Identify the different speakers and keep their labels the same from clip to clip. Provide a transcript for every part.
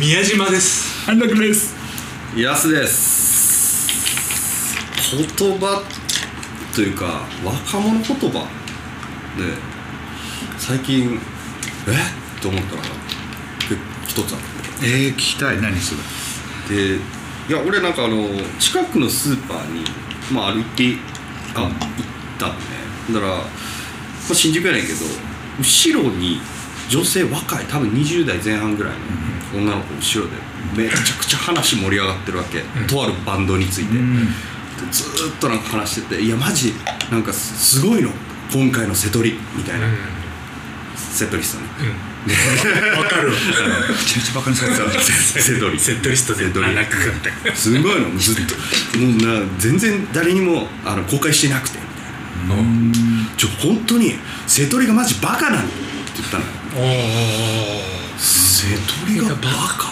Speaker 1: 宮島です
Speaker 2: 安楽です
Speaker 3: ヤスです言葉というか若者言葉で最近えっと思ったのがけ一つあっ
Speaker 2: えー、聞きたい何する
Speaker 3: てでいや俺なんかあの近くのスーパーに、まあ、歩いてあ行ったのねだから、まあ、新宿やねんけど後ろに女性若い多分20代前半ぐらいの女の子後ろでめちゃくちゃ話盛り上がってるわけ、とあるバンドについて。ずーっとなんか話してて「いやマジなんかすごいの今回の瀬戸り」みたいな、瀬戸りさんね
Speaker 1: わかるわ
Speaker 2: めちゃめちゃバカにされてた
Speaker 3: 瀬戸り
Speaker 1: セットリストで
Speaker 3: セットリ
Speaker 1: 安楽君って
Speaker 3: すごいのずっともうな全然誰にもあの公開してなくてみたいなちょ本当に瀬戸りがマジバカなのって言ったのよ
Speaker 1: おー
Speaker 3: 瀬戸りがバカ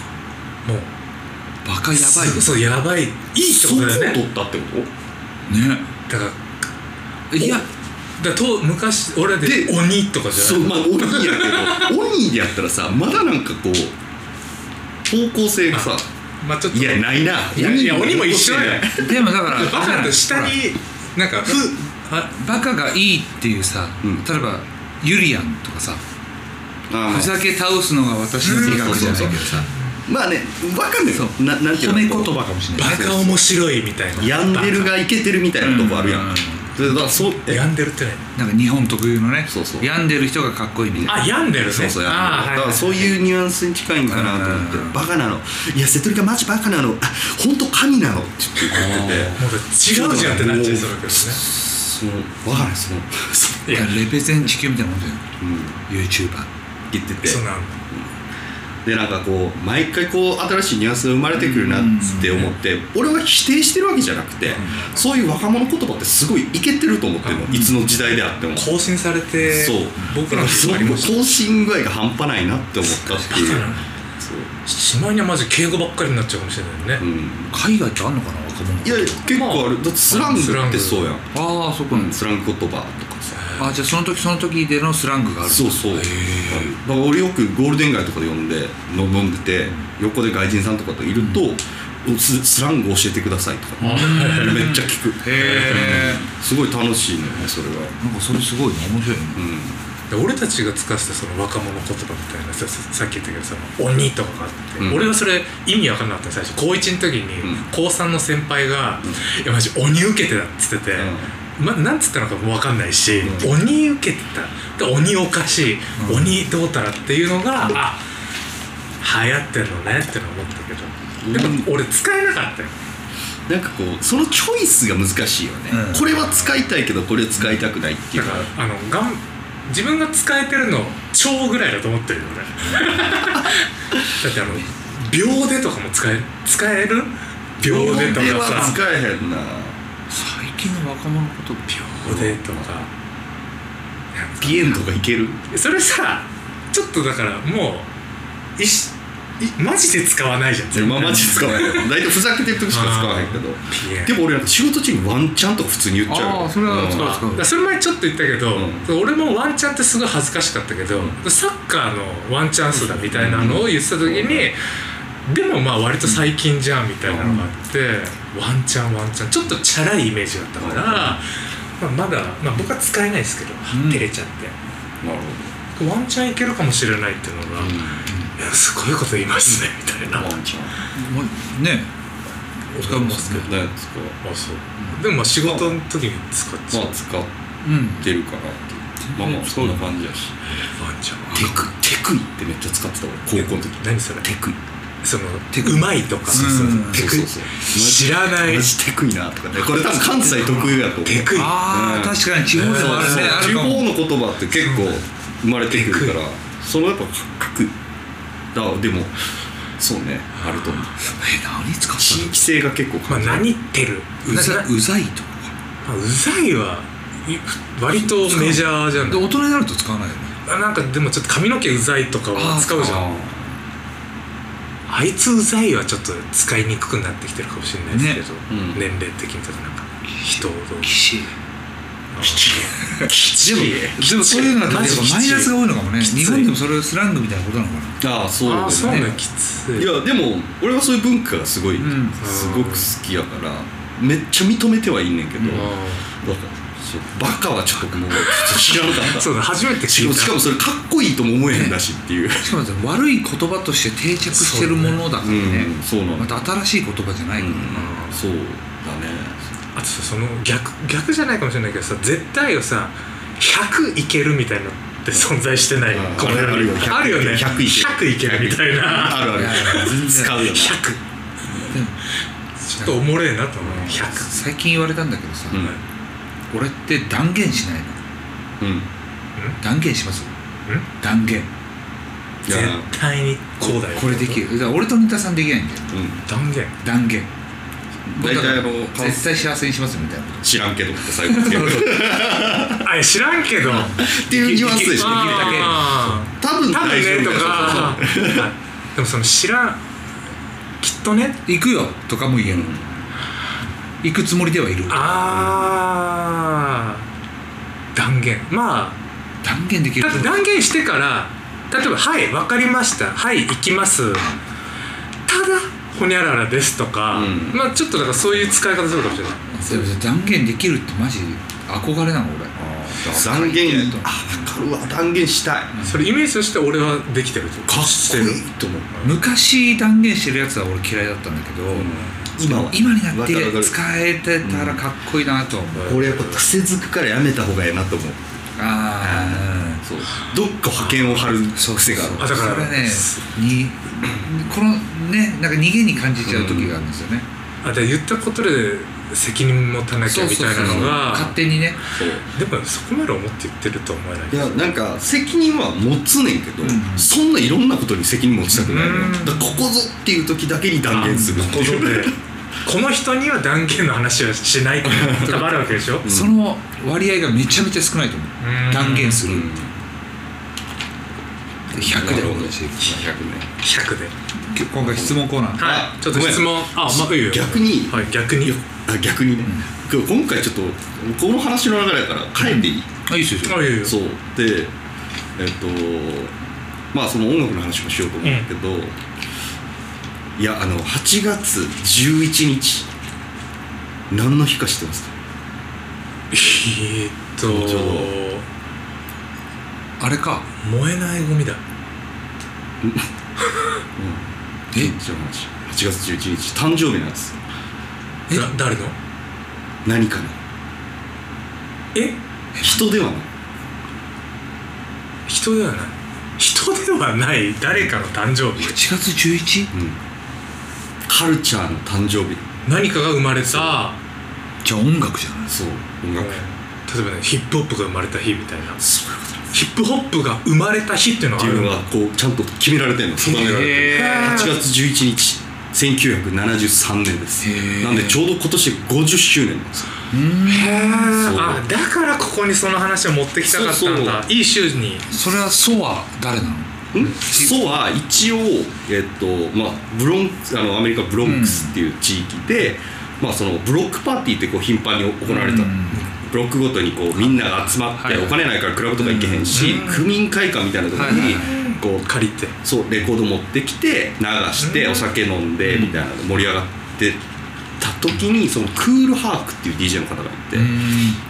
Speaker 1: もう
Speaker 3: バカやばい
Speaker 1: そうそうやばいいいってことだよね
Speaker 3: 取ったってこ
Speaker 2: ね
Speaker 1: だから
Speaker 3: といや
Speaker 1: だからと昔俺らで
Speaker 3: で
Speaker 1: 鬼とかじ
Speaker 3: そ
Speaker 1: ゃ
Speaker 3: う
Speaker 1: ない
Speaker 3: まあ鬼やけど鬼でやったらさまだなんかこう方向性がさ
Speaker 1: まあちょっと
Speaker 3: いや
Speaker 1: い
Speaker 3: ないな
Speaker 1: やいや鬼も一緒や
Speaker 3: い
Speaker 2: でもだから
Speaker 1: バカって下
Speaker 2: ほ
Speaker 1: になんから
Speaker 2: あバカがいいっていうさ、
Speaker 3: うん
Speaker 2: 例えばユリアンとかさ
Speaker 3: あ
Speaker 2: ふざけ倒すのが私の美学じゃないけどさ
Speaker 3: まあねわかんないよ
Speaker 2: そう
Speaker 3: ななんていう
Speaker 2: 褒
Speaker 3: の
Speaker 2: め言葉かもしれな
Speaker 1: バ
Speaker 2: い
Speaker 1: カ面白いみたいな
Speaker 3: 病んでるがいけてるみたいなとこあるや
Speaker 2: うんん
Speaker 3: それだからそうえ
Speaker 1: 病んでるってね
Speaker 2: なんか日本特有のね
Speaker 3: そうそう
Speaker 2: 病んでる人がかっこいいみたいな
Speaker 1: あ病んでるね
Speaker 3: そうそうやん
Speaker 1: あーはい
Speaker 3: だからそういうニュアンスに近いんかなと思って
Speaker 2: うん
Speaker 3: バカなのいや瀬戸りがマジバカなのあ本当神なのって言ってて
Speaker 1: もう違うじゃんってなっちゃいそうだけどね
Speaker 3: そのわかんないそのそう
Speaker 1: いや
Speaker 2: レペゼン地球みたいなもんだよ
Speaker 3: うん
Speaker 2: YouTuber
Speaker 3: 言ってて
Speaker 1: そうなんだ
Speaker 3: でなんかこう毎回こう新しいニュアンスが生まれてくるなって思って俺は否定してるわけじゃなくてそういう若者言葉ってすごいイケてると思ってるのいつの時代であっても
Speaker 1: 更新されて
Speaker 3: そう
Speaker 1: 僕らの時
Speaker 3: そ
Speaker 1: も
Speaker 3: の
Speaker 1: ありました
Speaker 3: 更新具合が半端ないなって思ったっていうそう
Speaker 1: しまいにはマジ敬語ばっかりになっちゃうかもしれないよ
Speaker 3: う
Speaker 1: ね、
Speaker 3: ん
Speaker 2: 海外ってあんのかな若者
Speaker 3: いや結構あるだってスラングってそうやん
Speaker 2: ああそこ
Speaker 3: う
Speaker 2: なん
Speaker 3: ん
Speaker 2: です
Speaker 3: スラング言葉とかさ
Speaker 2: あじゃあその時その時でのスラングがある
Speaker 3: そうそうあるだから俺よくゴールデン街とかで呼んで飲んでて横で外人さんとかといるとススラング教えてくださいとかめっちゃ聞く
Speaker 2: へ
Speaker 3: すごい楽しいのよねそれは
Speaker 2: えんかそれすごいね面白いね
Speaker 3: うん
Speaker 1: で俺たちが使ってたその若者言葉みたいなさささっき言ったけどその鬼とかがあって、
Speaker 3: うん
Speaker 1: 俺はそれ意味わかんなかったの最初高1の時に、
Speaker 3: うん
Speaker 1: 高3の先輩が「いやマジ鬼受けてた」っつってて、ま、なんつったのかもわかんないし、
Speaker 3: う
Speaker 1: 鬼受けてたで鬼おかしい、
Speaker 2: うん
Speaker 1: 鬼どうたらっていうのが、あ流行ってんのねってのは思ったけどでも俺使えなかったよ
Speaker 3: なんかこうそのチョイスが難しいよね
Speaker 2: うん
Speaker 3: これは使いたいけどこれは使いたくないってい
Speaker 1: だ
Speaker 3: う
Speaker 1: か
Speaker 3: から
Speaker 1: あのがん自分が使えてるの超ぐらいだと思ってるよ俺 だってあの秒でとかも使え使える秒でとか
Speaker 3: は
Speaker 1: さ
Speaker 3: 使えへんな
Speaker 2: 最近の若者こと
Speaker 1: 秒でとか
Speaker 3: ピエンとかいける
Speaker 1: それさちょっとだからもういしいマジで使わないじゃん
Speaker 3: まあマジで使わない大体ふざけてる時しか使わへんけど
Speaker 1: ピエン
Speaker 3: でも俺なんか仕事中にワンチャンとか普通に言っちゃう
Speaker 2: あーそれは使
Speaker 3: うん
Speaker 2: う
Speaker 1: あだからそれ前ちょっと言ったけど、俺もワンチャンってすごい恥ずかしかったけど、サッカーのワンチャンスだみたいなのを言ってた時に、でもまあ割と最近じゃんみたいなのがあって、ワンチャンワンチャンちょっとチャラいイメージだったから、まあ、まだ、まあ、僕は使えないですけど、
Speaker 2: うん
Speaker 1: 照れちゃって
Speaker 3: なるほ
Speaker 1: ワンチャンいけるかもしれないっていうのが、いやすごいこと言いますねみたいな、
Speaker 3: ど
Speaker 1: あ
Speaker 3: ワンチャン
Speaker 2: もうね使いますけど
Speaker 3: だよ使う
Speaker 1: そうでもまあ仕事の時に使っちゃう、
Speaker 3: まあ使っ
Speaker 2: うん
Speaker 3: てるかなっていうまあまあそんな感じやし
Speaker 1: ワンチャン
Speaker 3: テクテクイってめっちゃ使ってた俺高校の時
Speaker 1: 何それ
Speaker 3: テクイ
Speaker 1: その
Speaker 2: テク
Speaker 1: うまいとか
Speaker 2: そうそうそう
Speaker 1: テク
Speaker 3: そうそうそう
Speaker 1: 知らない
Speaker 3: マジテクイなとかねこれ多分関西特有やと思う
Speaker 1: テクイ
Speaker 2: ああ
Speaker 3: うん
Speaker 2: 確かに地方でもあるねあ
Speaker 3: 地
Speaker 2: るか
Speaker 3: 方
Speaker 2: も
Speaker 3: の言葉って結構生まれてくるからそのやっぱ各だでもそうねあると思う
Speaker 2: え何使っ
Speaker 3: 地域性が結構
Speaker 1: まあ
Speaker 3: 感じる
Speaker 1: 何言ってるう
Speaker 2: た
Speaker 1: ざ
Speaker 2: の
Speaker 1: い
Speaker 2: なんかうざいとか
Speaker 1: まあうざいは割とメジャーじゃ
Speaker 2: で
Speaker 1: ない
Speaker 2: 大人になると使わないよね
Speaker 1: あなんかでもちょっと髪の毛うざいとかは使うじゃんあいつうざいはちょっと使いにくくなってきてるかもしれないですけど、
Speaker 3: ねうん
Speaker 1: 年齢的にとかなんか人をどう
Speaker 2: 騎士
Speaker 1: 吉江吉江
Speaker 2: でもそういうのは
Speaker 1: マ
Speaker 2: 例え
Speaker 1: ジ
Speaker 2: ば
Speaker 1: 吉江
Speaker 2: マイナスが多いのかもね
Speaker 1: きつい
Speaker 2: 日本でもそれスラングみたいなことなのかな
Speaker 3: ああそうだ
Speaker 1: ああそう
Speaker 3: ね
Speaker 1: ねきつい
Speaker 3: いやでも俺はそういう文化がすごい、
Speaker 2: ん
Speaker 3: すごく好きやからめっちゃ認めてはいんねんけど、
Speaker 2: うん
Speaker 3: だからそうバカはちょっともうちょっと知らんかっ
Speaker 1: あ
Speaker 3: た
Speaker 1: そうだ初めて
Speaker 3: し
Speaker 1: 聞い
Speaker 3: かも
Speaker 1: た
Speaker 3: しかもそれかっこいいとも思えへんだしっ ていう
Speaker 2: しかもさ悪い言葉として定着してるものだからね
Speaker 3: うんそうなの
Speaker 2: また新しい言葉じゃない
Speaker 3: うん
Speaker 2: からな、
Speaker 3: そうだね
Speaker 1: あとさその逆逆じゃないかもしれないけどさ絶対をさ100いけるみたいなのって存在してない
Speaker 3: あ
Speaker 1: この世に
Speaker 3: あるよ100
Speaker 1: あるよね
Speaker 3: 100いける
Speaker 1: 100いけるみたいな
Speaker 3: あるある
Speaker 2: いやいや全然
Speaker 3: 使うよな
Speaker 1: 100
Speaker 2: でも
Speaker 1: ちょっとおもれえなと思う100
Speaker 2: 最近言われたんだけどさ、
Speaker 3: うん
Speaker 2: 俺って断言しないの
Speaker 3: うん
Speaker 2: 断言します断言
Speaker 3: いや
Speaker 1: 絶対にこうだよ
Speaker 2: これできるだから俺と三田さんできないんだよ
Speaker 3: うん
Speaker 1: 断言
Speaker 2: 断言
Speaker 3: 大体あの関
Speaker 2: 絶対幸せにしますみたいな
Speaker 3: 知らんけどって最後につける
Speaker 1: あいや知らんけど
Speaker 3: っていうニュアンスでしょ
Speaker 2: できるだけ
Speaker 1: あー
Speaker 3: 多分
Speaker 1: 多分
Speaker 3: 大丈
Speaker 1: ね
Speaker 3: 夫
Speaker 1: と
Speaker 3: だよ
Speaker 1: かでもその知らんきっとね
Speaker 2: 行くよとかも言える、行くつもりではいる
Speaker 1: ああ断言まあ
Speaker 2: 断言できる
Speaker 1: だって断言してから例えば「はい分かりましたはい行きます」ただ「ほにゃららです」とか、
Speaker 3: うん
Speaker 1: まあちょっとだからそういう使い方するかもしれない
Speaker 2: でもさ断言できるってマジ憧れなの俺
Speaker 3: そう断言あ分かるわ断言したいかっ
Speaker 1: それイメージとして俺はできてると思うしてる
Speaker 3: と思う
Speaker 2: 昔断言してるやつは俺嫌いだったんだけど、
Speaker 3: 今は
Speaker 2: 今になっ
Speaker 3: わかるわか
Speaker 2: て
Speaker 3: る
Speaker 2: 使えてたらかっこいいなと思う、
Speaker 1: うん
Speaker 3: 俺やっぱ癖づくからやめた方がええなと思う
Speaker 2: あ
Speaker 3: そうどっか派遣を張る
Speaker 2: あそう
Speaker 3: 癖がある
Speaker 1: あだから
Speaker 2: それねにこのねなんか逃げに感じちゃう時があるんですよね、
Speaker 1: あで言ったことで責任持たなきゃみたいなのが
Speaker 2: 勝手にね
Speaker 3: そう
Speaker 1: でもそこまで思って言ってると思えない
Speaker 3: いやなんか責任は持つねんけど、
Speaker 2: うん
Speaker 3: そんないろんなことに責任持ちたくないのよ
Speaker 1: うん
Speaker 3: だからここぞっていう時だけに断言するって
Speaker 1: こ
Speaker 3: いう
Speaker 1: こでこの人には断言の話はしないって多分あるわけでしょ、
Speaker 3: うん
Speaker 2: その割合がめちゃめちゃ少ないと思う
Speaker 1: うん
Speaker 2: 断言す
Speaker 3: う
Speaker 2: る
Speaker 3: ん
Speaker 2: 100でお願いしてい
Speaker 3: 100ね
Speaker 1: 100で
Speaker 2: く今回質問コーナー
Speaker 1: はいちょっと質問あまあいいよ
Speaker 3: 逆に
Speaker 1: はい逆
Speaker 3: い
Speaker 1: に
Speaker 3: やあ逆にね、今回ちょっとこの話の流れやから変えていい、
Speaker 2: あいいですよい
Speaker 1: あ
Speaker 2: いですよ
Speaker 1: いいよ
Speaker 3: そうでえっとまあその音楽の話もしようと思うんだけど、いやあの8月11日何の日か知ってますか
Speaker 1: えーっと
Speaker 3: ちょうど
Speaker 2: あれか
Speaker 1: 燃えないゴミだ
Speaker 2: え
Speaker 3: じゃあ話8月11日誕生日なんです
Speaker 2: え
Speaker 1: だ誰の
Speaker 3: 何かな
Speaker 1: え
Speaker 3: 人ではない
Speaker 1: 人ではない人ではない誰かの誕生日
Speaker 2: 8月 11?
Speaker 3: うんカルチャーの誕生日
Speaker 1: 何かが生まれた
Speaker 2: じゃあ音楽じゃない
Speaker 3: そう音
Speaker 1: 例
Speaker 3: 楽
Speaker 1: えばねヒップホップが生まれた日みたいな
Speaker 3: そういうことなんです
Speaker 1: ヒップホップが生まれた日っていうの
Speaker 3: っ
Speaker 1: があ
Speaker 3: ていう
Speaker 1: る
Speaker 3: のがこうちゃんと決められてるの定められてる
Speaker 1: へー
Speaker 3: 8月11日1973年です
Speaker 2: へー
Speaker 3: なんでちょうど今年50周年なんですよ
Speaker 1: へえ
Speaker 3: そう
Speaker 1: あだからここにその話を持ってきたかったん
Speaker 3: そ
Speaker 1: だ
Speaker 3: うそ
Speaker 1: いい週に
Speaker 2: それはソは誰なの
Speaker 3: そうは一応、えっとまあ、ブロンあのアメリカブロンクスっていう地域で、まあ、そのブロックパーティーってこう頻繁に行われた、
Speaker 2: うん
Speaker 3: ブロックごとにこうみんなが集まって、
Speaker 2: はいはい
Speaker 3: お金ないからクラブとか行けへんし、
Speaker 1: うん
Speaker 3: 区民会館みたいなところに、
Speaker 2: はいはい
Speaker 3: こう
Speaker 1: 借りて
Speaker 3: そうレコード持ってきて流して
Speaker 1: うん
Speaker 3: お酒飲んでみたいなの盛り上がってた時にそのクールハークっていう DJ の方がいて、
Speaker 2: うん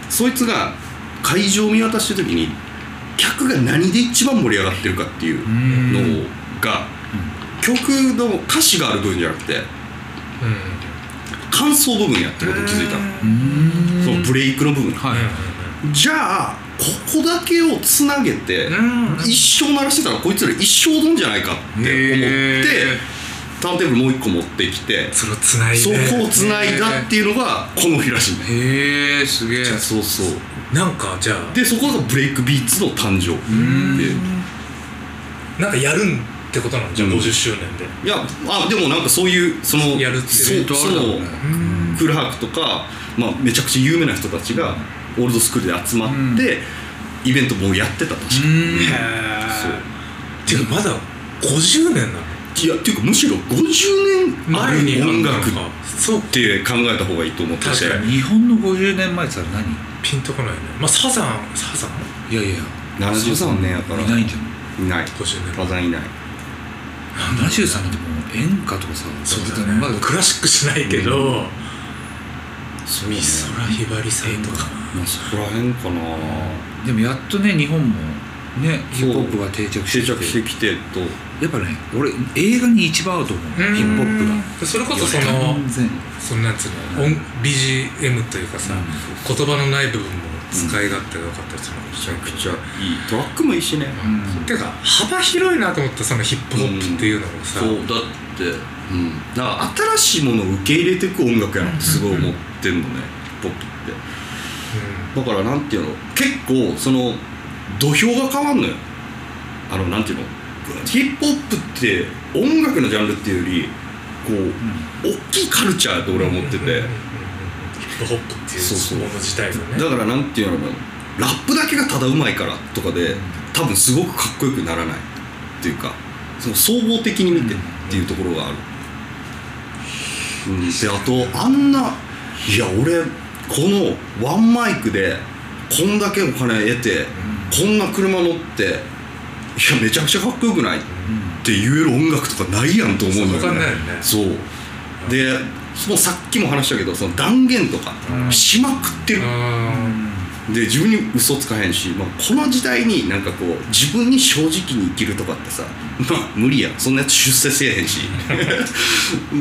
Speaker 3: そいつが会場を見渡してる時に客が何で一番盛り上がってるかっていうのが曲の歌詞がある部分じゃなくて
Speaker 1: うん
Speaker 3: 感想部分やってことに気づいたの
Speaker 2: うん
Speaker 3: そのブレイクの部分
Speaker 2: はい
Speaker 3: じゃあここだけをつなげて
Speaker 1: うん
Speaker 3: 一生鳴らしてたらこいつら一生丼じゃないかって思っ
Speaker 2: へ
Speaker 3: て
Speaker 2: ー
Speaker 3: ターンテーブルもう一個持ってきて
Speaker 1: それをつない
Speaker 3: そ
Speaker 1: で
Speaker 3: こをつないだっていうのがこの日らしいね
Speaker 2: へえすげえ
Speaker 3: そうそう
Speaker 1: なんかじゃあ
Speaker 3: でそこがブレイクビーツの誕生で
Speaker 1: なんかやるんってことなんじゃん
Speaker 3: うん
Speaker 1: 50周年で
Speaker 3: いやあでもなんかそういうその
Speaker 1: やるって
Speaker 3: そう
Speaker 1: イベ
Speaker 2: ントあるだろうね
Speaker 3: そうクールハークとか、まあ、めちゃくちゃ有名な人たちがオールドスクールで集まって、イベントもうやってた確か
Speaker 2: うん
Speaker 1: へえていうかまだ50年なの
Speaker 3: いやっていうかむしろ50年
Speaker 1: 前に
Speaker 3: 前の音楽っ
Speaker 1: かそう
Speaker 3: て考えた方がいいと思ってて
Speaker 1: 確か
Speaker 2: 日本の50年前って言ったら
Speaker 1: ピンとこないねまあサザンサザン
Speaker 2: 何いやいや
Speaker 3: 73年やから
Speaker 2: いないんじゃない
Speaker 3: いない
Speaker 1: 50年
Speaker 3: サザンいない
Speaker 2: 73なんてもう演歌とかさ
Speaker 1: そうだね、
Speaker 2: まだ
Speaker 1: クラシックしないけど、
Speaker 3: そ
Speaker 1: 美空ひばりさんとか
Speaker 3: まあ、そこら辺かな
Speaker 2: でもやっとね日本もねヒ
Speaker 3: そう
Speaker 2: ップホップが定着して
Speaker 3: 定
Speaker 2: き
Speaker 3: 着しててきてと
Speaker 2: やっぱね俺映画に一番合うと思うヒップホップが
Speaker 1: がそれこそそ
Speaker 2: いや
Speaker 1: の
Speaker 2: 完全
Speaker 1: そのなんつうの音 BGM というかさ、言葉のない部分も使い勝手が良かったりするのかもしれないけど
Speaker 3: じゃあいいトラックもいいしね
Speaker 2: うん
Speaker 1: てか幅広いなと思ったそのヒップホップっていうのもさ、
Speaker 3: そうだってうんだから新しいものを受け入れていく音楽やなってすごい思ってんのねポップってだからなんていうの結構その土俵が変わんのよあのなんていうのヒップホップって音楽のジャンルっていうよりこう、大きいカルチャーって俺は思ってて、
Speaker 1: うんうんうんうんヒップホップって
Speaker 3: そうそう
Speaker 1: いうもの自体がね
Speaker 3: だからなんていうのかなラップだけがただうまいからとかで多分すごくかっこよくならないっていうかその総合的に見てっていうところがある、うん、であとあんないや俺このワンマイクでこんだけお金得てこんな車乗っていやめちゃくちゃかっこよくないって言える音楽とかないやんと思うん
Speaker 1: そう
Speaker 3: だよ
Speaker 1: わかん
Speaker 3: ね
Speaker 1: ないよね
Speaker 3: そうでもうさっきも話したけどその断言とか
Speaker 1: うん
Speaker 3: しまくってる
Speaker 1: うん
Speaker 3: で自分に嘘つかへんし、まあ、この時代になんかこう自分に正直に生きるとかってさまあ無理やんそんなやつ出世せえへんし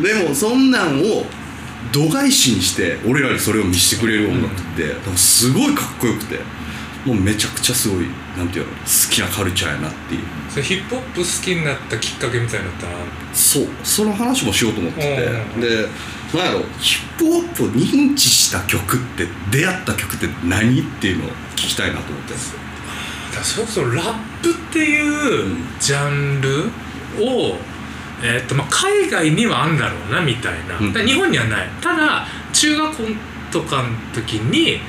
Speaker 3: でもそんなんを度外視にして俺らにそれを見せてくれる音楽って、だからすごいかっこよくてもうめちゃくちゃすごいなんていうの好きなカルチャーやなっていう
Speaker 1: それヒップホップ好きになったきっかけみたいなのってある
Speaker 3: そうその話もしようと思ってて
Speaker 1: うん
Speaker 3: でなんやろヒップホップを認知した曲って出会った曲って何っていうのを聞きたいなと思って。
Speaker 1: だからそれこそラップっていうジャンルを、えーっとまあ、海外にはあんだろうなみたいな、
Speaker 3: うん
Speaker 1: だから日本にはないただ中学校とかの時に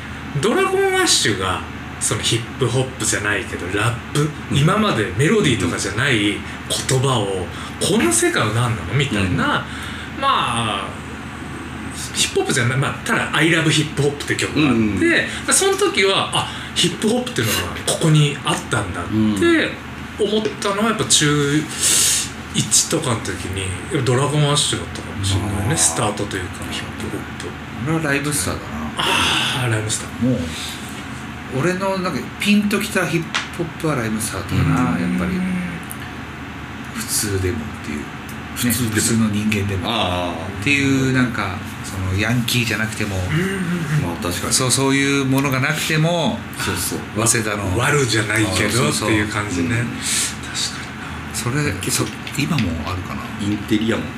Speaker 1: ドラゴンアッシュがそのヒップホップじゃないけどラップ、
Speaker 3: うん
Speaker 1: 今までメロディーとかじゃない言葉をこの世界は何なのみたいな、まあヒップホップじゃない、まあ、ただ「ILOVE ヒップホップ」って曲があって、
Speaker 3: うんうん
Speaker 1: でその時はあヒップホップっていうのがここにあったんだって思ったのはやっぱ中1とかの時にやっぱドラゴンアッシュだったかもしれない
Speaker 3: あ
Speaker 1: ね
Speaker 3: ー
Speaker 1: スタートというかヒップホップ
Speaker 2: 俺はライブスターだな
Speaker 1: ああライムスター
Speaker 2: もう俺のなんかピンときたヒップホップはライムスタートだなやっぱり普通でもっていう、ね、普
Speaker 3: 通でも
Speaker 2: 普通の人間でも
Speaker 3: あ
Speaker 2: っていうなんかそのヤンキーじゃなくても、
Speaker 3: あまあ確かに
Speaker 2: そうそういうものがなくても
Speaker 3: そうそう
Speaker 2: 早稲田の
Speaker 1: 悪じゃないけど
Speaker 2: そう
Speaker 1: って
Speaker 2: そう
Speaker 1: いう感じね
Speaker 3: うん
Speaker 1: 確かにな
Speaker 2: それそ今もあるかな
Speaker 3: インテリアもね、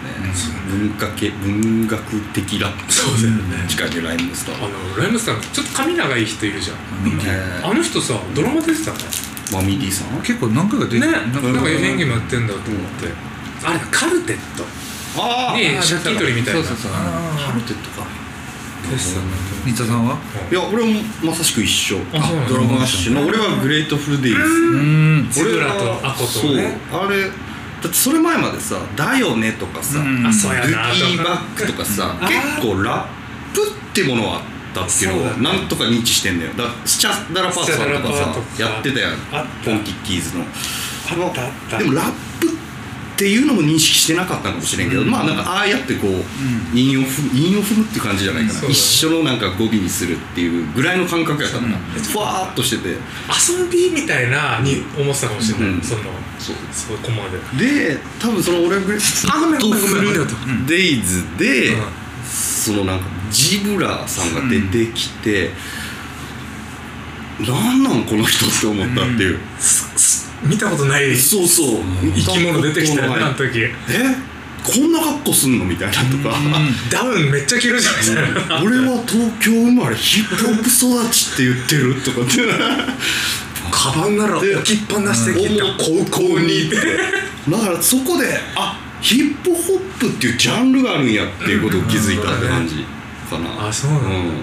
Speaker 3: 文化系文学的ラップ
Speaker 1: そうだよね
Speaker 3: 近いライムスター
Speaker 1: あのライムスターのちょっと髪長い人いるじゃん
Speaker 2: うん
Speaker 1: あの人さドラマ出てたね
Speaker 3: マミディさん
Speaker 2: 結構何回か出て
Speaker 1: ねな
Speaker 2: なんん
Speaker 1: か
Speaker 2: か
Speaker 1: 演技もやってんだと思ってあれカルテット
Speaker 3: あ
Speaker 1: ね
Speaker 2: あ
Speaker 1: 借金取りみたいな
Speaker 2: そうそうそう
Speaker 1: あ
Speaker 3: ハルテットか
Speaker 1: ー出てたね
Speaker 2: 新田さんはい
Speaker 3: や俺もまさしく一緒
Speaker 1: あそうなんだ
Speaker 3: ドラゴンアッシュの俺はグレートフルデイズ
Speaker 2: うーん
Speaker 1: ズブラ
Speaker 3: 俺
Speaker 1: と
Speaker 3: は
Speaker 1: アコとね
Speaker 3: そうあれだってそれ前までさ「だよね」とかさ「
Speaker 2: うん
Speaker 1: あそう
Speaker 3: ル
Speaker 1: や
Speaker 3: キ
Speaker 1: な
Speaker 3: ーバ
Speaker 1: と
Speaker 3: ック」とかさ
Speaker 1: うん
Speaker 3: 結構ラップってものはあったっていうの
Speaker 1: そ
Speaker 3: を
Speaker 1: うだね
Speaker 3: なんとか認知してんだよだからスチャダラパートさ
Speaker 1: ス
Speaker 3: んとか
Speaker 1: チャダラ
Speaker 3: さ
Speaker 1: パートとか
Speaker 3: やってたやん
Speaker 1: あった
Speaker 3: ポンキッキーズの
Speaker 1: あったあった
Speaker 3: でもラップっていうのも認識してなかったかもしれんけど、まあなんかああやってこう、韻を踏む韻を踏むっていう感じじゃないかな、
Speaker 1: そうだね
Speaker 3: 一緒のなんか語尾にするっていうぐらいの感覚やったのなふわーっとしてて
Speaker 1: 遊びみたいなに思ってたかもしれない、
Speaker 3: うん
Speaker 1: その
Speaker 3: そう
Speaker 1: そこまで
Speaker 3: で多分その俺グレ
Speaker 1: あごめんごめんごめん
Speaker 3: フルデイズで、
Speaker 1: うん
Speaker 3: そのなんかジブラさんが出てきて、なんなんこの人って思ったっていう、
Speaker 1: すす見たことない生
Speaker 3: そうそう
Speaker 1: き物出てきたよねあの時
Speaker 3: えこんな格好すんのみたいなとか、
Speaker 1: ダウンめっちゃ着るじゃないですか
Speaker 3: 俺は東京生まれヒップホップ育ちって言ってるとかって
Speaker 1: カバンなら置きっぱなしで着た
Speaker 3: 高校にだからそこであヒップホップっていうジャンルがあるんやっていうことを気づいたって感じかな
Speaker 1: あそうなんだ
Speaker 3: ん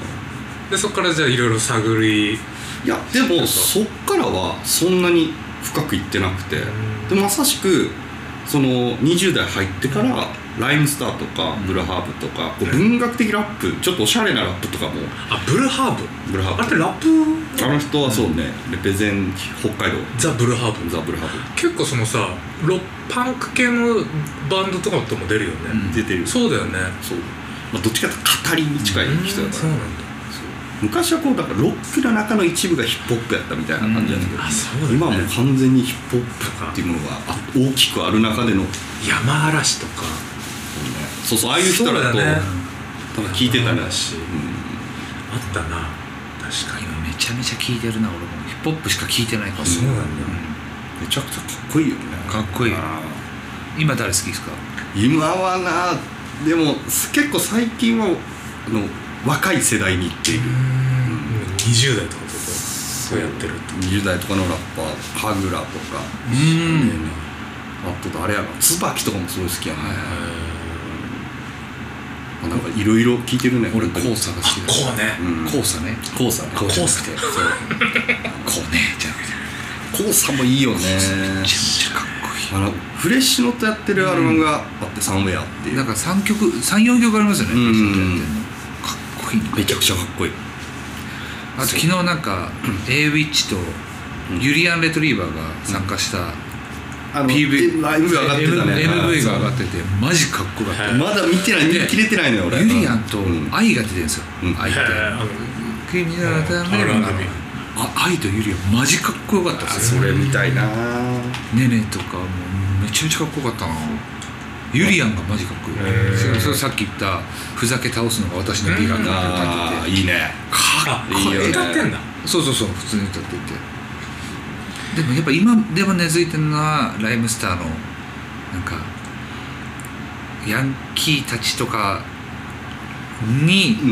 Speaker 1: でそこからじゃあいろいろ探り
Speaker 3: いやでもそっからはそんなに深くいってなくてでまさしくその20代入ってからライムスターとかブルハーブとかこう文学的ラップちょっとおしゃれなラップとかも
Speaker 1: あブルハーブ
Speaker 3: ブルハー
Speaker 1: あ
Speaker 3: ブ
Speaker 1: れってラップ
Speaker 3: あの人はそうね、レペゼン北海道
Speaker 1: ザ・ブルハーブ
Speaker 3: ザ・ブルハー
Speaker 1: 結構そのさロッパンク系のバンドとかとも出るよね、
Speaker 2: うん
Speaker 3: ブ出てる
Speaker 1: そうだよね
Speaker 3: そう、まあ、どっちかというと語りに近い人
Speaker 1: う
Speaker 3: だ
Speaker 1: ん
Speaker 3: か
Speaker 1: そうな
Speaker 3: ら、
Speaker 1: んだ
Speaker 3: 昔はこうだからロックの中の一部がヒップホップやったみたいな感じなんだけど、
Speaker 1: あそうだね
Speaker 3: 今はもう完全にヒップホップっていうものがあ大きくある中での、
Speaker 1: 山嵐とか
Speaker 3: そうそうああいう人らと、
Speaker 1: そうだね
Speaker 3: なんか聞いてたら
Speaker 1: 山嵐あったな確かに
Speaker 2: 今めちゃめちゃ聴いてるな俺もヒップホップしか聴いてないかも
Speaker 1: あそうなんだ
Speaker 3: めちゃくちゃかっこいいよね
Speaker 2: かっこいい
Speaker 3: あ
Speaker 2: 今誰好きですか
Speaker 3: ー今はなでも結構最近はあの若い世代に行っている
Speaker 1: うん20代とかとそうやってると
Speaker 3: 20代とかのラッパー神楽とか
Speaker 2: うん
Speaker 3: あとあれやな椿とかもすごい好きやね、
Speaker 1: えー
Speaker 3: まあなんかいろいろ聞いてるね
Speaker 2: 俺
Speaker 3: 本当に
Speaker 2: 黄砂が好きだ
Speaker 1: こうね
Speaker 3: うん
Speaker 2: 黄砂ね
Speaker 3: 黄砂ね
Speaker 2: 黄砂って
Speaker 1: 黄
Speaker 2: そうこうねじゃなくて
Speaker 3: 黄砂もいいよね
Speaker 2: めちゃめちゃかっこいい
Speaker 3: あのフレッシュノとやってるアルバムがあって「サンウェア」っていう
Speaker 2: なんか3曲34曲ありますよね、
Speaker 3: うん
Speaker 2: ずっとやってんのかっこいいな
Speaker 3: めちゃくちゃかっこいい
Speaker 2: あと昨日なんか a ウィッチと
Speaker 3: うん
Speaker 2: ユリアン・レトリーバーが参加した
Speaker 3: あの
Speaker 2: PV
Speaker 3: ライブ上がってたね
Speaker 2: M- MV が上
Speaker 3: が
Speaker 2: がっててマジかっこよかっ
Speaker 1: は
Speaker 3: まだ見てない見切れてないのよ
Speaker 2: た
Speaker 3: 俺
Speaker 2: ユリアンと
Speaker 3: うん
Speaker 2: 愛が出てるんですよ、
Speaker 3: うん
Speaker 2: 愛っ
Speaker 1: へ
Speaker 2: て
Speaker 1: ーあの
Speaker 2: 「君のために
Speaker 1: うん
Speaker 2: あのあ愛とユリアンマジかっこよかったです
Speaker 3: そ
Speaker 2: よ
Speaker 3: れみたいな
Speaker 2: ねねとかもうめちゃめちゃかっこよかったなユリアンがマジかっこよかったそ
Speaker 1: へ
Speaker 2: れ
Speaker 1: ー
Speaker 2: それさっき言ったふざけ倒すのが私の美学だって歌って
Speaker 3: あ
Speaker 2: て
Speaker 3: ーいいね
Speaker 1: あ
Speaker 2: かっこ
Speaker 1: こ
Speaker 2: いい
Speaker 1: れ歌ってんだ
Speaker 2: そうそうそう普通に歌っててでもやっぱ今でも根付いてるのはライムスターのなんかヤンキーたちとかに
Speaker 3: う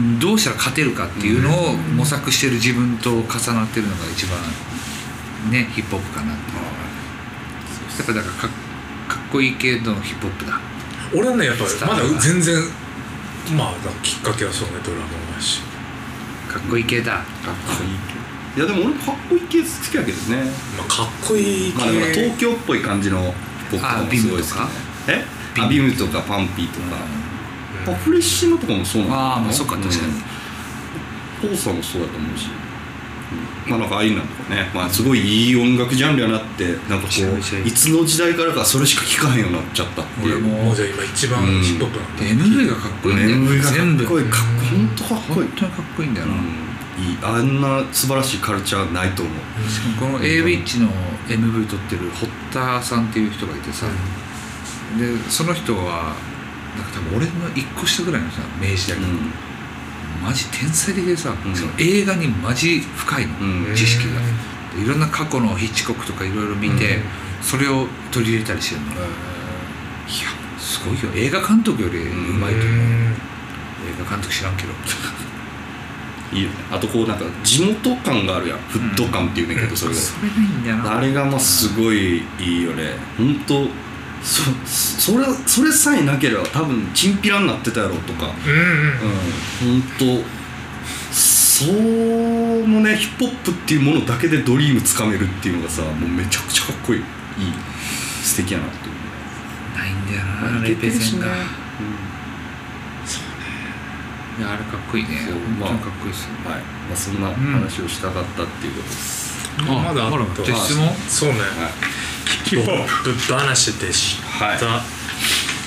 Speaker 3: ん
Speaker 2: どうしたら勝てるかっていうのを模索してる自分と重なってるのが一番ねヒップホップかなっていうやっぱだからかっかっこいい系のヒップホップだ
Speaker 1: 俺はねやっぱまだ全然まあきっかけはそうねドラマだし
Speaker 2: かっこいい系だ
Speaker 3: かっこいいけどいやでも俺かっこいい系好きやけどね
Speaker 1: まあかっこいい系
Speaker 3: まあだから東京っぽい感じの僕
Speaker 2: あ
Speaker 3: も
Speaker 2: ビ
Speaker 3: す
Speaker 2: ム
Speaker 3: ごい
Speaker 2: と
Speaker 3: 好き
Speaker 2: か
Speaker 3: ねえあビムとかパンピーとか
Speaker 1: うん
Speaker 3: あフレッシュのとかもそうなの
Speaker 2: あーまあそっか確かに
Speaker 3: うん父さんもそうだと思うしうんまあなんかああいうのとかねまあすごいいい音楽ジャンルやなってなんかこ
Speaker 2: めちゃめちゃいうい
Speaker 3: いつの時代からかそれしか聴かへんようになっちゃったってい
Speaker 2: 俺
Speaker 3: う
Speaker 2: も
Speaker 1: もうじゃあ今一番ヒップホップなんだ
Speaker 2: で MV がかっこいいんだよ、
Speaker 3: MV が
Speaker 2: 全部
Speaker 3: かっこいい
Speaker 2: 本
Speaker 3: かっこいい本当かっこいい、
Speaker 2: 当にかっこいいんだよな、
Speaker 3: うん、いいあんな素晴らしいカルチャーないと思う
Speaker 2: この a ウィッチの MV 撮ってる堀田さんっていう人がいてさ、でその人はなんか多分俺の一個下ぐらいのさ名刺だけど、マジ天才的でさ、
Speaker 3: うん
Speaker 2: その映画にマジ深いの、
Speaker 3: うん
Speaker 2: 知識がでいろんな過去のヒッチコックとかいろいろ見て、
Speaker 1: うん
Speaker 2: それを取り入れたりしてるの、いやすごいよ映画監督よりうまいと思う、映画監督知らんけど
Speaker 3: いいよねあとこうなんか地元感があるやんフット感っていうねんけど、それが
Speaker 2: それがいいんだよな
Speaker 3: あれがまあすごいいいよね本当そそれそれさえなければ多分チンピラになってたやろうとか
Speaker 1: うんうん
Speaker 3: うん本当そのねヒップホップっていうものだけでドリームつかめるっていうのがさもうめちゃくちゃかっこいいいい素敵やなって思
Speaker 2: ないんだよ
Speaker 3: う
Speaker 2: なレペゼンが。
Speaker 3: うん
Speaker 2: いやあれかっこいいね
Speaker 3: そう
Speaker 2: 本当にかっこいいっすよ
Speaker 3: はい、まあ、そんな話をしたかったっていうことです、
Speaker 1: まだあ
Speaker 2: ほら
Speaker 1: った
Speaker 2: じゃあ質問
Speaker 1: そうね
Speaker 3: はい
Speaker 1: ヒップホップ話でした、
Speaker 3: は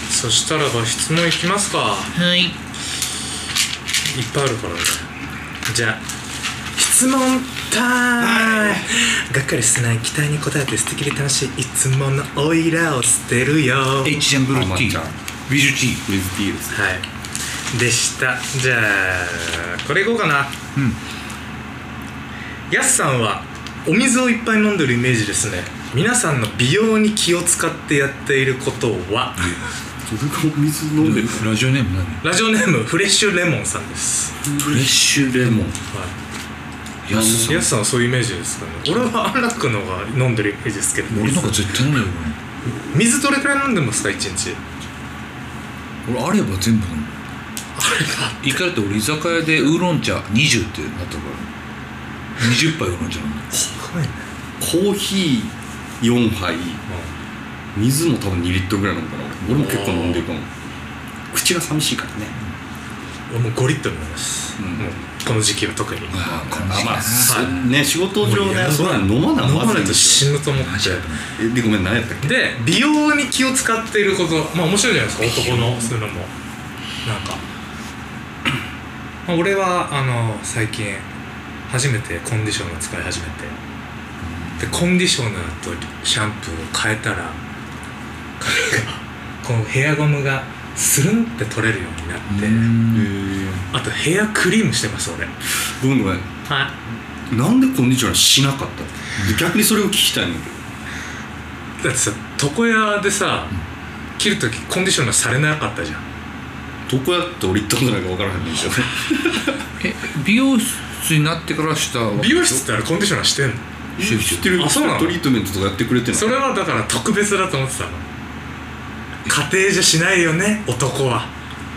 Speaker 1: そしたらば質問いきますか
Speaker 2: はい
Speaker 1: いっぱいあるからねじゃあ質問タイム、がっかりしない期待に応えて素敵で楽しいいつものオイラを捨てるよは
Speaker 2: H ジャンブルー
Speaker 3: あま
Speaker 2: テ
Speaker 3: っ
Speaker 2: ィ
Speaker 3: ちゃ
Speaker 2: ー
Speaker 3: ん
Speaker 2: ビジュティ
Speaker 3: ウィズ・ディールズ
Speaker 1: いでしたじゃあこれいこうかな
Speaker 2: うん
Speaker 1: やすさんはお水をいっぱい飲んでるイメージですね皆さんの美容に気を使ってやっていることは
Speaker 3: それがお水飲んでる
Speaker 2: ーラジオネーム何
Speaker 1: ラジオネームフレッシュレモンさんです、
Speaker 2: フレッシュレモ
Speaker 1: はい
Speaker 2: ンいや
Speaker 1: 安
Speaker 2: そう
Speaker 1: さんはそういうイメージですかね俺は安楽のが飲んでるイメージですけど
Speaker 2: 俺なんか絶対飲んだよ
Speaker 1: 水どれくらい飲んでますか一日
Speaker 2: これ俺あれば全部飲む一回だって俺居酒屋でウーロン茶20ってなったから20杯ウーロン茶飲んだ
Speaker 1: すごいね
Speaker 3: コーヒー4杯水も多分2リットルぐらい飲むから俺も結構飲んでいくもん口が寂しいからね
Speaker 1: 俺もう5リットル飲みます、
Speaker 3: うん
Speaker 1: もうこの時期は特に
Speaker 2: あーこんな
Speaker 3: あまあ、そ
Speaker 1: は
Speaker 3: ね仕事上
Speaker 1: もうや
Speaker 3: ね
Speaker 1: ばい
Speaker 3: そんなの飲まな
Speaker 1: 飲まない
Speaker 3: で
Speaker 1: と
Speaker 3: し
Speaker 1: 死ぬと思っ
Speaker 2: マジやばい
Speaker 1: て
Speaker 3: ょえでごめん何やったっけ
Speaker 1: で美容に気を使っていることまあ面白いじゃないですか男のそういうのもなんか、 まあ、俺はあの最近初めてコンディショナー使い始めてでコンディショナーとシャンプーを変えたら 髪がこのヘアゴムがスルンって取れるようになって、
Speaker 3: え
Speaker 1: あとヘアクリームしてます俺
Speaker 3: ごめんごめん
Speaker 1: はい
Speaker 3: なんでコンディショナーしなかったので逆にそれを聞きたいんだけど
Speaker 1: だってさ床屋でさ切る時コンディショナーされなかったじゃん
Speaker 3: 床屋って俺行ったことないから分からへんねんけどね
Speaker 2: え美容室になってからしたわけ
Speaker 1: 美容室ってあれコンディショナーしてんの
Speaker 2: シュッシ
Speaker 3: 知
Speaker 2: ュッ
Speaker 3: ってる
Speaker 1: あそうなの
Speaker 3: トリートメントとかやってくれてんの
Speaker 1: それはだから特別だと思ってたの家庭じゃしないよね男は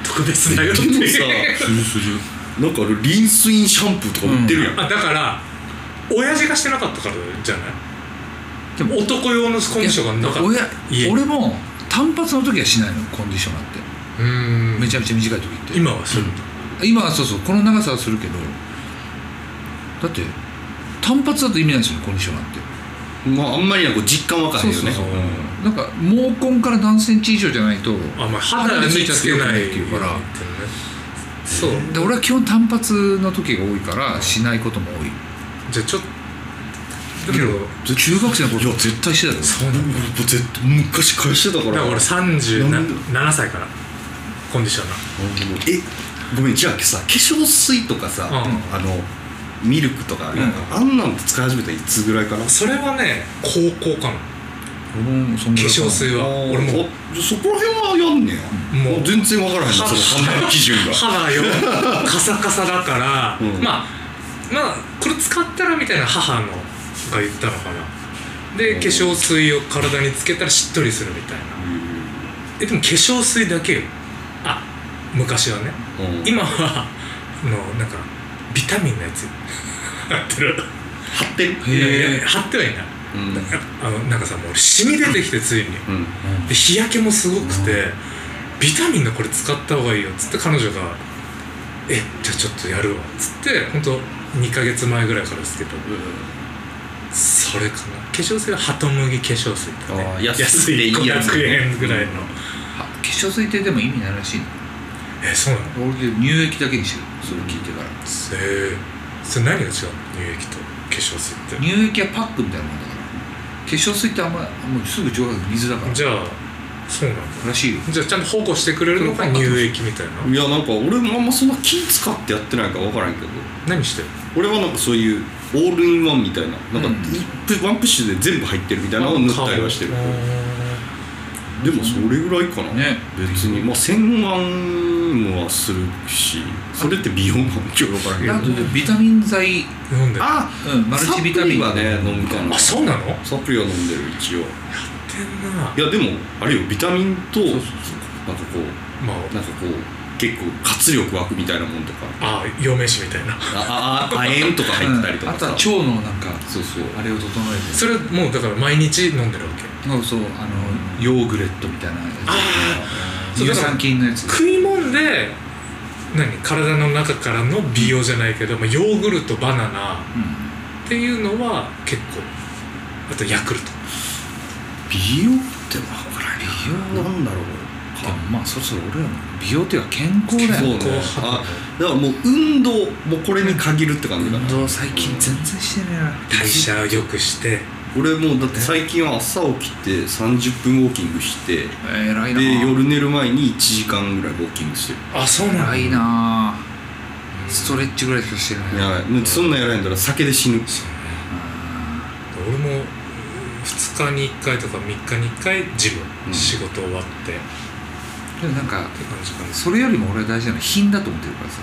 Speaker 1: 特別だよって
Speaker 3: でもさ
Speaker 1: いう
Speaker 2: するする
Speaker 3: なんかあれリンスインシャンプーとか売ってるやん、
Speaker 1: あだから親父がしてなかったからじゃない
Speaker 2: でも
Speaker 1: 男用のコンディションがなかった
Speaker 2: いや
Speaker 1: 家
Speaker 2: 俺も単発の時はしないのコンディショナーって
Speaker 1: うーん
Speaker 2: めちゃめちゃ短い時って
Speaker 1: 今はそういう
Speaker 2: 今はそうそうこの長さはするけどだって単発だと意味ないですよねコンディショナーって
Speaker 3: まあ、あんまりなんか実感わかんないよね
Speaker 2: そうそうそうなんか毛根から何センチ以上じゃないと
Speaker 1: あまあ肌につけない
Speaker 2: っていうから
Speaker 1: そう
Speaker 2: で俺は基本単発の時が多いからしないことも多い
Speaker 1: じゃあちょっとでも
Speaker 2: 中学生の頃は絶対してたよ
Speaker 1: そうなんだ
Speaker 3: もう絶対昔返してた
Speaker 1: だ
Speaker 3: から
Speaker 1: から俺
Speaker 3: なんで
Speaker 1: 37歳からコンディショナー
Speaker 3: えごめんじゃあさ化粧水とかさ、
Speaker 1: ん
Speaker 3: あのミルクとかなんか、あんなんて使い始めたらいつぐらいかな
Speaker 1: それはね高校かな
Speaker 2: うんそん
Speaker 1: 化
Speaker 2: な
Speaker 1: 粧水は
Speaker 3: あー
Speaker 1: 俺も
Speaker 3: あそこら辺はやんねや
Speaker 1: もう
Speaker 3: もう全然わからへんねその
Speaker 1: は
Speaker 3: 判断基準が
Speaker 1: 肌がよカサカサだから、
Speaker 3: うん
Speaker 1: まあまあこれ使ったらみたいな母のが言ったのかなで
Speaker 3: うん
Speaker 1: 化粧水を体につけたらしっとりするみたいなえでも化粧水だけよあ昔はね
Speaker 3: うん
Speaker 1: 今はあのなんかビタミンの やつやってる
Speaker 3: 貼ってる
Speaker 2: へー
Speaker 1: いや貼ってはいない
Speaker 3: うん
Speaker 1: あのなんかさもうシミ出てきてついに
Speaker 3: うん
Speaker 1: で日焼けもすごくてビタミンのこれ使った方がいいよっつって彼女が「えじゃあちょっとやるわ」っつって本当2ヶ月前ぐらいからですけどそれかな化粧水はハトムギ化粧水とかね
Speaker 3: あー安くていいやつ
Speaker 1: 500円ぐらいの、
Speaker 2: あ化粧水ってでも意味ないらしいの
Speaker 1: えそうなの
Speaker 2: 俺乳液だけにしてるそれ聞いてから
Speaker 1: えー、それ何が違うの乳液と化粧水って
Speaker 2: 乳液はパックみたいなもんだから化粧水ってあんまもうすぐ蒸発水だから
Speaker 1: じゃあそうなんだ
Speaker 2: らしいよ
Speaker 1: じゃあちゃんと保護してくれるのが乳液みたいない
Speaker 3: やなんか俺もあんまそんな気使ってやってないからわからんけど
Speaker 1: 何してる
Speaker 3: 俺はなんかそういうオールインワンみたいななんか
Speaker 2: うん
Speaker 3: 一プワンプッシュで全部入ってるみたいなのを塗ったりはしてる
Speaker 1: あ
Speaker 3: でもそれぐらいかな、
Speaker 2: ね
Speaker 3: 別にまあ洗顔もはするしそれって美容なん今日分からんけど
Speaker 2: あとビタミン
Speaker 1: ー
Speaker 2: 剤、
Speaker 1: 飲んでる
Speaker 3: あ
Speaker 2: うん、マルチビタミン
Speaker 3: サプリはね飲むかな
Speaker 1: あそうなのや
Speaker 3: サプリは飲んでる一応
Speaker 1: ってんない
Speaker 3: やでもあれよビタミンとなん
Speaker 2: そうそう
Speaker 3: かこう
Speaker 1: ま
Speaker 3: なんかこう結構活力湧くみたいなもんとか
Speaker 1: あ、あ陽明酒みたいな。
Speaker 3: あああ亜鉛とか入ってたりと
Speaker 2: うんあ
Speaker 3: か
Speaker 2: と
Speaker 3: さ、
Speaker 2: は腸のなんか
Speaker 3: そうそう
Speaker 2: あれを整えて
Speaker 1: それもうだから毎日飲んでるわけ。
Speaker 2: そうそうあのヨーグレットみたいなやつ
Speaker 1: そう
Speaker 2: 乳
Speaker 1: だから
Speaker 2: 酸菌のやつ
Speaker 1: 食い物で、何体の中からの美容じゃないけど、まあ、ヨーグルト、バナナ
Speaker 2: うん
Speaker 1: っていうのは結構。あとヤクルト。
Speaker 3: 美容って分からん美容なんだろう
Speaker 2: でもまあそろそろ俺らも美容っていうか健康だよね
Speaker 3: そうね
Speaker 1: 後半
Speaker 3: あだからもう運動もこれに限るって感じだな
Speaker 2: 運動最近全然してねえな
Speaker 1: 代謝を良くして。
Speaker 3: 俺もうだって最近は朝起きて30分ウォーキングして
Speaker 2: えらいな
Speaker 3: で夜寝る前に1時間ぐらいウォーキングしてる
Speaker 1: あ、そうな
Speaker 2: 偉
Speaker 1: の
Speaker 2: い
Speaker 1: うん
Speaker 2: なストレッチぐらいしかしてない
Speaker 3: やばいもうそんなんやらへんだら酒で死ぬ
Speaker 1: そうね
Speaker 2: あ
Speaker 1: 俺もうん2日に1回とか3日に1回ジム、
Speaker 3: うん
Speaker 1: 仕事終わってって
Speaker 2: ーでもなんか
Speaker 1: 感じかな
Speaker 2: それよりも俺は大事なのは品だと思ってるからさ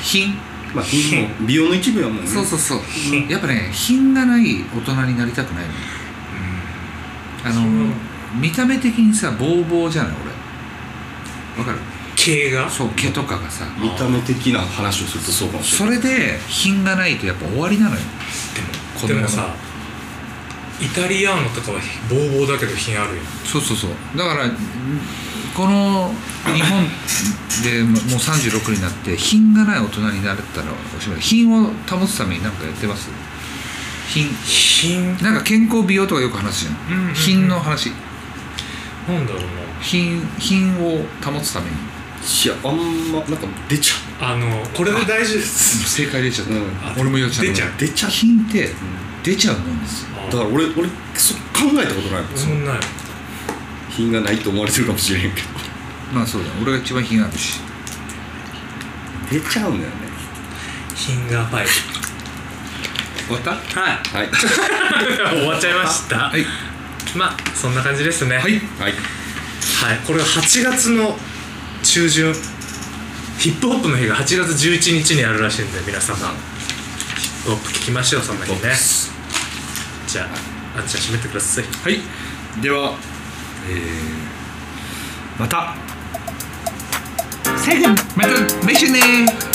Speaker 2: 品
Speaker 3: まあ貧乏美容の一部やもんね
Speaker 2: そうそうそうやっぱね品がない大人になりたくないのあの見た目的にさボーボーじゃない俺わかる
Speaker 1: 毛が
Speaker 2: そう毛とかがさ
Speaker 3: 見た目的な話をするとそうかもしれ
Speaker 2: それで品がないとやっぱ終わりなのよ
Speaker 1: でもでも
Speaker 2: こんな
Speaker 1: さイタリアーノとかはボーボーだけど品あるよ
Speaker 2: そうそうそうだからんこの日本でもう36になって品がない大人になれたらおしまい品を保つために何かやってます品
Speaker 1: 品
Speaker 2: なんか健康美容とかよく話すじゃん,、
Speaker 1: うんうんうん
Speaker 2: 品の話
Speaker 1: なんだろう
Speaker 2: 品品を保つために
Speaker 3: いやあんまなんか出ちゃ
Speaker 1: なあのこれで大事
Speaker 2: 正解出ちゃった、
Speaker 3: うん
Speaker 2: 俺も言おうとした
Speaker 1: 出ちゃう
Speaker 3: う出ちゃう
Speaker 2: 品って出ちゃうもんですよ
Speaker 1: あ
Speaker 3: だから俺俺そ考えたことないもん
Speaker 1: そんなよ
Speaker 3: 品がないと思われてるかもしれへんけど
Speaker 2: まあそうだ俺が一番品あるし
Speaker 3: 出ちゃうんだよね
Speaker 1: 品がはい
Speaker 2: 終わったは
Speaker 1: はい
Speaker 3: はい
Speaker 1: 終わっちゃいました
Speaker 2: い
Speaker 1: まあそんな感じですね
Speaker 2: はい
Speaker 3: はい
Speaker 1: はい、これが8月の中旬ヒップホップの日が8月11日にあるらしいんで皆様ヒップホップ聞きましょうその日ね
Speaker 3: ヒップホップっ
Speaker 1: じゃああっちゃん閉めてください
Speaker 2: はいではえー、またセグまた来週ねー